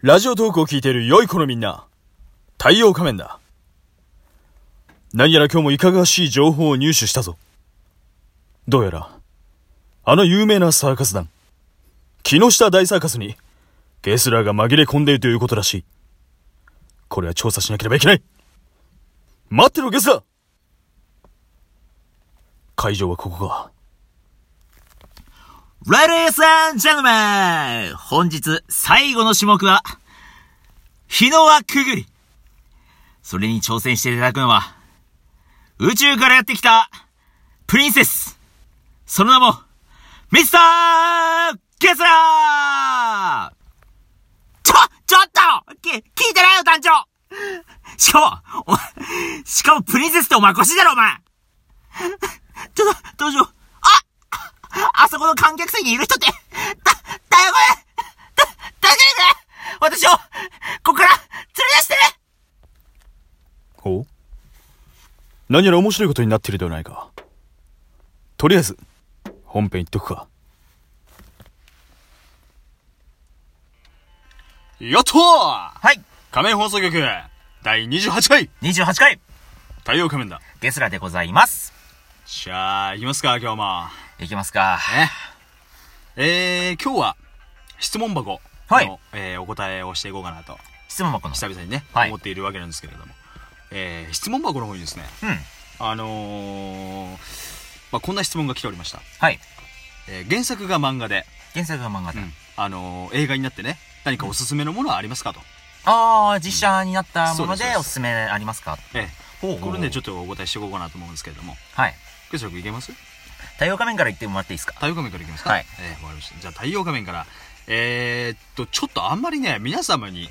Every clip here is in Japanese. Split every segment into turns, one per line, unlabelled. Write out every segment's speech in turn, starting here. ラジオトークを聞いている良い子のみんな、太陽仮面だ。何やら今日もいかがわしい情報を入手したぞ。どうやら、あの有名なサーカス団、木下大サーカスに、ゲスラーが紛れ込んでいるということらしい。これは調査しなければいけない待ってろ、ゲスラー会場はここか。
Ladies and gentlemen! 本日最後の種目は、日の輪くぐり。それに挑戦していただくのは、宇宙からやってきた、プリンセス。その名も、ミスターゲスラーちょ、ちょっとき、聞いてないよ、団長しかも、お、しかもプリンセスってお前おかしいだろ、お前ちょっと、どうしよう。ああそこの観客席にいる人って、だ、だよこれだ、だけでくれ私を、ここから、連れ出してね
ほう何やら面白いことになっているではないか。とりあえず、本編行っとくか。やったー
はい
仮面放送局、第28回
!28 回、
太陽仮面だ。
ゲスラでございます。
じゃあ、行きますか、今日も。
いきますか。
ね。えー、今日は、質問箱の、
はい
えーお答えをしていこうかなと、
質問箱の
久々にね、
はい
思っているわけなんですけれども。えー、質問箱の方にですね、
うん。
あのー、まあ、こんな質問が来ておりました。
はい。
えー原作が漫画で、
原作が漫画だ。
あのー映画になってね、何かおすすめのものはありますかと。
あー、実写になったも
そうで
の
す
で
そうです
おすすめありますか
え
ほ
え、これね、ちょ
っ
っとお答えしていこうかなと思うんですけれども。
と。はい。
ゲスラ君いけます
太陽仮面から言ってもらっていいですか
太陽仮面からいきますか
はい。
ええわかりました。じゃあ太陽仮面から、えー、っと、ちょっとあんまりね、皆様に、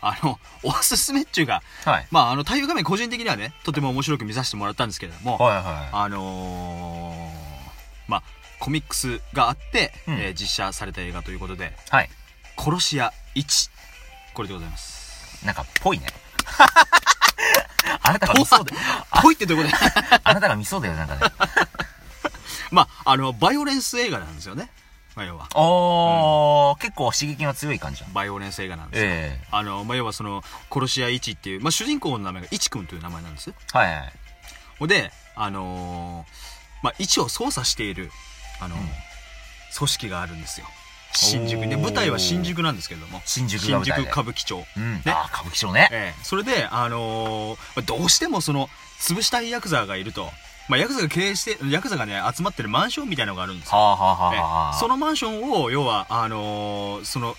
あの、 おすすめっていうか、
はい。
まあ、あの、太陽仮面個人的にはね、とても面白く見させてもらったんですけれども、
はいは
あのー、まあ、コミックスがあって、
うん
えー実写された映画ということで、
い。はい。
殺し屋1。これでございます。
なんか、ぽいね。あなたが見そうだよ。
ぽいってど ういうこと
あなたが見そうだよ、なんか ね。
まあ、あの、バイオレンス映画なんですよね。まあ、要は。
おー、結構刺激が強い感じだ。
バイオレンス映画なんですよ。
え
あの、まあ、要はその、殺し屋一っていう、まあ、主人公の名前が一くんという名前なんです。
えはいはい。
ほんで、あのーまあ、一を操作している、あのー
うん
組織があるんですよ。新宿にね、
おー
舞台は新宿なんですけれども。
新宿が
新
舞台
宿
で。
歌舞伎町。
うん。
ね
ああ、歌舞伎町ね。
ええそれで、あのーまあ、どうしてもその、潰したいヤクザがいると。まあ、ヤクザが経営して、ヤクザがね、集まってるマンションみたいなのがあるんですよ
はあはあは
え
あはあ。
そのマンションを要はあのーその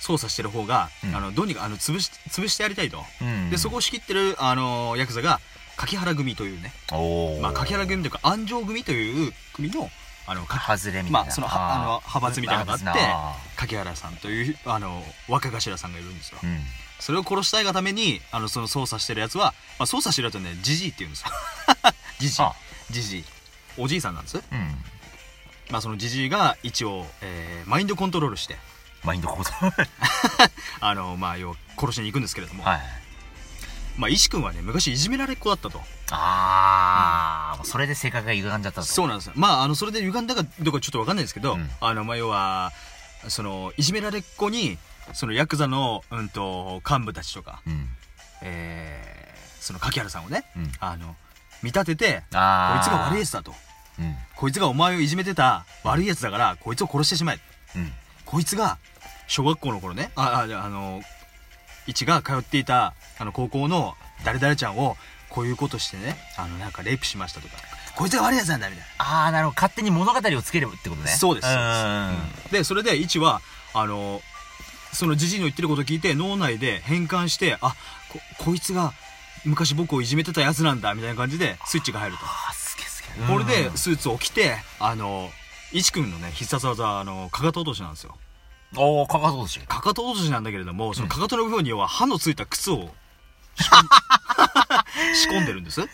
操作してる方が、
うん
あのどうにかあの潰し潰してやりたいと、
うん
でそこを仕切ってる、あのーヤクザが柿原組というね、
おー
まあ、柿原組というか安城組という組のあのか
外れみたいな。
まあそのはあの
ー
派閥みたいなのがあって
派閥
柿原さんという、あの若頭さんがいるんですよ、
なうん。
それを殺したいがためにあのその操作してるやつは、まあ、操作してるやつはねジジイって言うんですよ ジジイ
あ
ジジイおじいさんなんです
うん。
まあそのジジイが一応、えーマインドコントロールして
マインド コード。
あの、まあ、要は殺しに行くんですけれども、
はい。
まあ、石君はね、昔いじめられっ子だったと。
ああ、それで性格が歪んじゃったと。
そうなんですよ。まあ、あの、それで歪んだかどうかちょっとわかんないですけど、
うん
あの、まあ、要は、その、いじめられっ子に、その、ヤクザの、うんと、幹部たちとか、
うん。
えー、その、柿原さんをね、
うん。
あの、見立てて、こ
ああ。
いつが悪いやつだと。
うん。
こいつがお前をいじめてた悪いやつだから、こいつを殺してしまえ。
うん。
こいつが、小学校の頃ね、あ、あ、あの、一が通っていた、あの、高校の誰々ちゃんを、こういうことしてね、あの、なんかレイプしましたとか、こいつが悪いやつなんだ、みたい
ああ、なるほど。勝手に物語をつけるってこと
な。
ね。
そうです。
ん
そううんですうんで、それで一は、あの、そのじじいの言ってることを聞いて、脳内で変換して、あ、こ、こいつが、昔僕をいじめてたやつなんだ、みたいな感じで、スイッチが入ると。
ああ、すげえすげえ。
これ
う
で、
ん
スーツを着て、あの、一君のね、必殺技、あの、かかと落としなんですよ。
おー、かかそうでしょ。
かかと落としなんだけれども、そのかかとの部分には歯のついた靴を 仕込ん仕込んでるんです。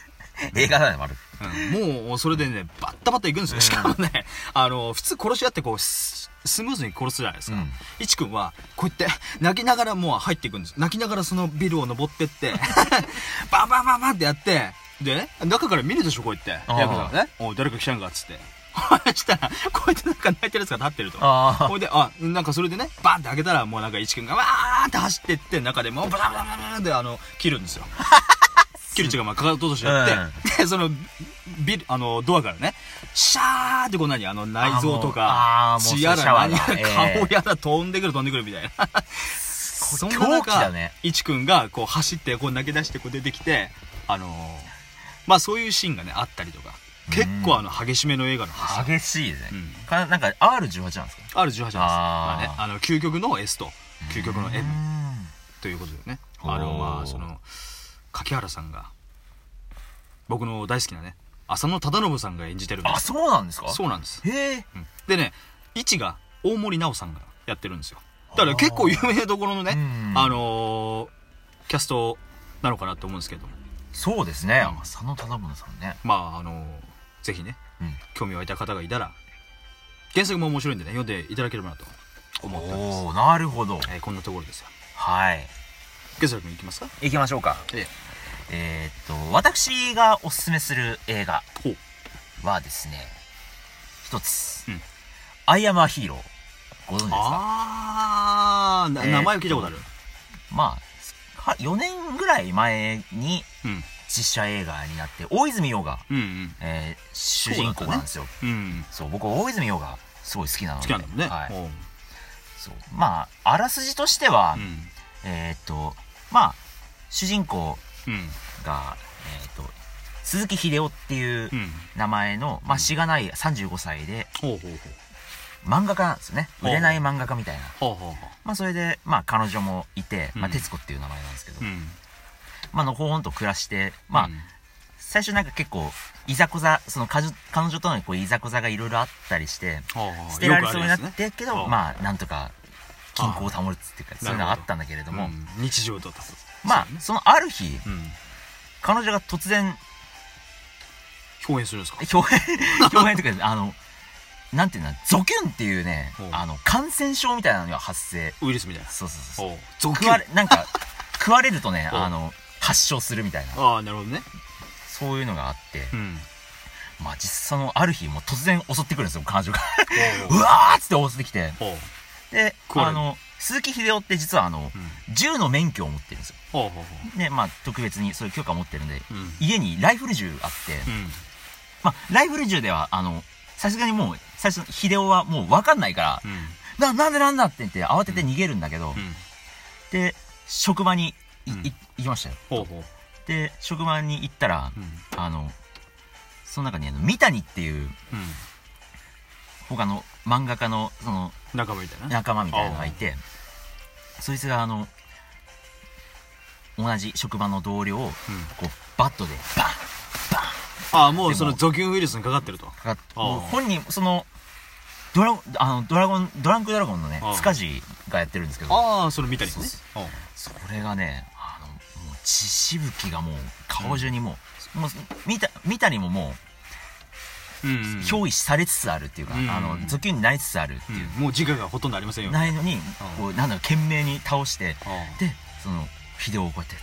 映画だね、まる。
うんもう、それでね、バッタバッタいくんですよ。しかもね、あの、普通殺し合ってこう、ススムーズに殺すじゃないですか。
うん
いちくんは、こうやって、泣きながらもう入っていくんです。泣きながらそのビルを登ってって、 バンバンバンバンってやって、でね、中から見るでしょ、こうやって。
あー
ヤクザがね、おい誰か来たんかっつって。 話したら、こうやってなんか泣いてるやつが立ってると。
ああ
ほいで、あ、なんかそれでね、バンって開けたら、もうなんか一君がわーって走ってって、中でもうブラブラブラブラって、あの、切るん ですよ。切る違う、まあ、かかと落としやって、で、その、ビル、あの、ドアからね、シャーってこう何、あの、内臓と
あ
か、
ーもう
血やら
あー
何
もう
や
それシャワーだ
ら、
ええ
顔やら飛んでくる飛んでくるみたいな。 そんな
狂気だ
中、
ね
一君がこう走って、こう投げ出してこう出てきて、あのーまあそういうシーンがね、あったりとか、結構あの、激しめの映画なんですよ。
激しいね
うん。
かなんか R18 なんです
R18
か
なんですよ。ま
あ
あ
ー
ね、あの、究極の S と、究極の M ということでね。
うん
あの、
おー
まあ、その、柿原さんが、僕の大好きなね、浅野忠信さんが演じてるんで
あ、
す。
そうなんですか
そうなんです。
へえ。
うんでね、1が大森奈緒さんがやってるんですよ。だから結構有名どころのね
うん、
あのーキャストなのかなと思うんですけど、
そうですね。あ佐野忠信さんね。
まあ、あのーぜひね、
うん
興味湧いた方がいたら、原作も面白いんでね、読んでいただければなと思ってます。
おおなるほど。
えーこんなところですよ。
はい。
ゲスラ君行きますか
行きましょうか。
え
えーっと、私がおすすめする映画
ほう
はですね、一つ。
うん
アイアムアヒーロー。ご存知ですか
あー、な
えー
名前を聞いたことある。
まあ、は4年ぐらい前に
うん。
実写映画になって、大泉洋が、
うん
えー主人公なんですよ。
うん。うん。
そう、僕大泉洋がすごい好きなの
好
で。
きなんだもんね。
はい。
おう
そう。まあ、あらすじとしては
う、ん。
えーっと、まあ、主人公
うん。
が、えーっと、鈴木秀夫っていう
うん。
名前の、まあ、しがない35歳で、
ほうほう
漫画家なんですよね。
おう
売れない漫画家みたいな。
ほう。ほうほうほ
まあ、それで、まあ、彼女もいて、まあ、
うん
徹子っていう名前なんですけど
う。う、ん。
まあ、のほほんと暮らして、まあ
うん、
最初なんか結構、いざこざ、その彼女彼女とのこういざこざがいろいろあったりして、
ほうほう
捨てられそうにな
よ
っ
くある
てけ
あ
ど、
あ
まあ、なんとか、均衡を保るっていうか、そういうのがあったんだけれど
や
も
つ、ねうん日常だったと。
まあ、そのある日、
うん。
彼女が突然、
表現するんですか
表現、表現というか、あの、なんていうの、ゾキュンっていうね
ほう、
あの、感染症みたいなのが発生。
ウイルスみたいな。
そうそうそう。
おう。俗
食 われ、なんか、食われるとね、
ほう
あの、発症するみたいな、
ああ、なるほどね。
そういうのがあって、
うん。
まあ実際そのある日、もう突然襲ってくるんですよ、彼女が。
お
う
う
わーっつって襲ってきて。
ほう。
で、
食われ
あ
る
の、鈴木秀夫って実はあの、
うん
銃の免許を持ってるんですよ。
ほうほうほ
ね、まあ特別にそういう許可を持ってるんで、
う。うん。
家にライフル銃あって、
うん。
まあライフル銃ではあの、さすがにもう、最初、秀夫はもうわかんないから、
うん。
な、なんでなんだって言って慌てて逃げるんだけど、
うん。
で、職場にい、
うん
い行きましたよ。
ほうほう。
で、職場に行ったら
う、ん。
あの、その中にあの、三谷っていう、
うん。
他の漫画家の、その、
仲間みたいな。
仲間みたいなのがいてそいつがあの同じ職場の同僚をこうバットでバン
ああ、もうその
でも
ゾキュンウイルスにかかってると。
かか
あー
もう本人そのドラあのドラゴンドランクドラゴンのね
あー
塚地がやってるんですけど
ああ、その見たりね
そう。
おう
それがねあのもう血しぶきがもう顔中にもう,、もう見た見たにもも
うんうん
う憑依されつつあるっていうか、
うん
あのゾキュンになりつつあるって
う
い
んもう時間がほとんどありません
う、
よ。
ないのにこうなんだろう懸命に倒して
おう
でそのヒデオをこうやって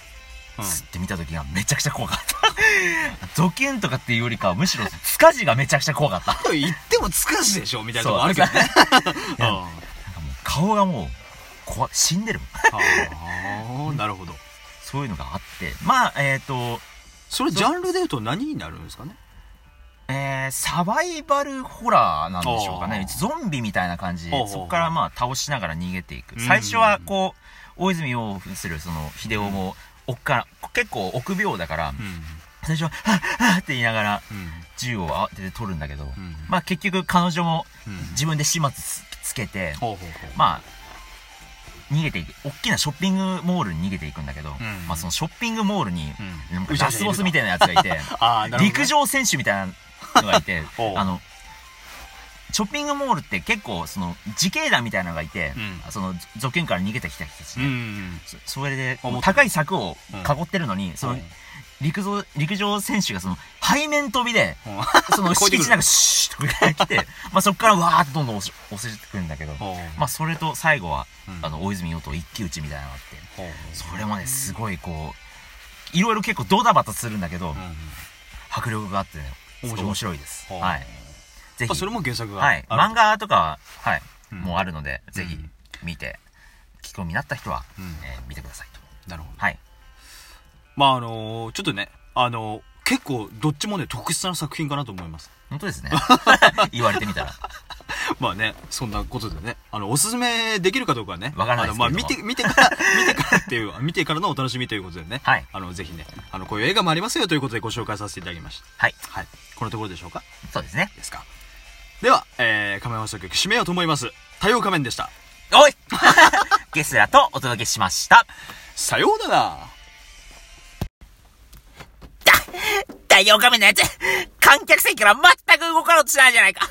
うん
釣って見た時がめちゃくちゃ怖かった。 ドキュンとかっていうよりかはむしろスカジがめちゃくちゃ怖かった。
と言ってもつかしでしょみたいなとこあるけどね。あ
なんかもう顔がもう怖死んでるもん。
あー、なるほど。
そういうのがあって。まあ、えっ、と、
それジャンルで言うと何になるんですかね
えー、サバイバルホラーなんでしょうかね。
あー
ゾンビみたいな感じ
ほうほ
で、
う
そこからまあ倒しながら逃げていく。
ん
最初はこう、大泉洋を扮するその秀夫も、おっから、結構臆病だから、
う
最初は、はっはっって言いながら
ん。うん。
銃を慌てて取るんだけど、
ん
まあ結局彼女も
うん
自分で始末つつけて、
ほうほうほう。
まあ、逃げていく、大きなショッピングモールに逃げていくんだけど、
ん
まあそのショッピングモールに、
うん
なんかラスボスみたいなやつがい て、
ああ、なるほどね。
陸上選手みたいなのが いて
お、う
あの、ショッピングモールって結構その自警団みたいなのがいて、
う
その続編から逃げてきた人たち、
うん。
そそれで
あもっと
高い柵を囲ってるのに、そ
うん
の陸上陸上選手がその背面飛 びで、その
越えてく
敷
る
地なんかシューッ と来て、まあそこからわーっとどんどん押し押せてくるんだけど、
ほう
まあそれと最後は、
うん
あの、大泉洋と一騎打ちみたいなのがあって、
ほう
それもね、すごいこう、いろいろ結構ドタバタするんだけど、
うん
迫力があってね、
面白い
面白いです。
ほう
はい。ぜ
まあ
ひ
それも原作が
はい。
ある
漫画とかは、はい。
うん
もうあるので、ぜひ
うん
見て、聞き込みになった人は、
うん
えー見てくださいと。
なるほど
はい。
まああのーちょっとねあのー結構どっちもね特殊な作品かなと思います
本当ですね。言われてみたら。
まあねそんなことでねあのおすすめできるかどうかはね
わから
あ
ないで
の
す
まあ
け
見
れど
て見て
も
から 見てからっていう見てからのお楽しみということでね、
はい
あのぜひねあのこういう映画もありますよということでご紹介させていただきました
はい。
はいこのところでしょうか
そうですね。
ですかでは、えー、仮面放送局締めようと思います太陽仮面でした
おいゲスラとお届けしました。
さようなら
だ、第4日目のやつ、観客席から全く動かろうとしないじゃないか。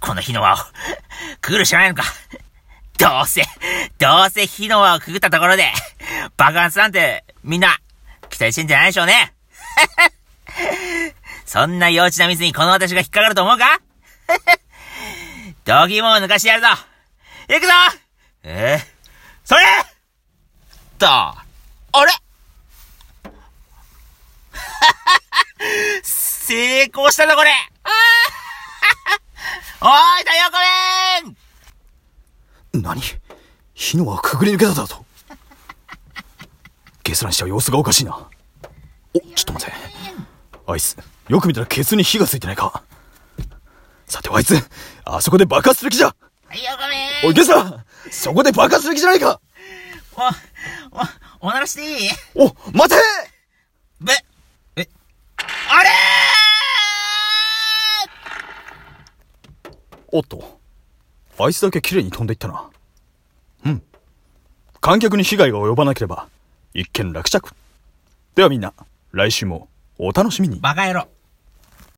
この火の輪を、くぐるしかないのか。どうせ、どうせ火の輪をくぐったところで、爆発なんて、みんな、期待してんじゃないでしょうね。そんな幼稚なミスにこの私が引っかかると思うかドギモを抜かしてやるぞ行くぞえー、それと、あれ成功したぞ、これあーおい、太陽仮面
何火の輪をくぐり抜けただと ゲスラにしては様子がおかしいなおちょっと待てあいつよく見たらケツに火がついてないかさてあいつあそこで爆発する気じゃ
太陽仮
おい
面
ゲスラそこで爆発する気じゃないか
お、お、おならしていい
お待て
ぶ、え、あれ
おっとあいつだけ綺麗に飛んでいったなうん観客に被害が及ばなければ一件落着ではみんな来週もお楽しみに
ーバカ野郎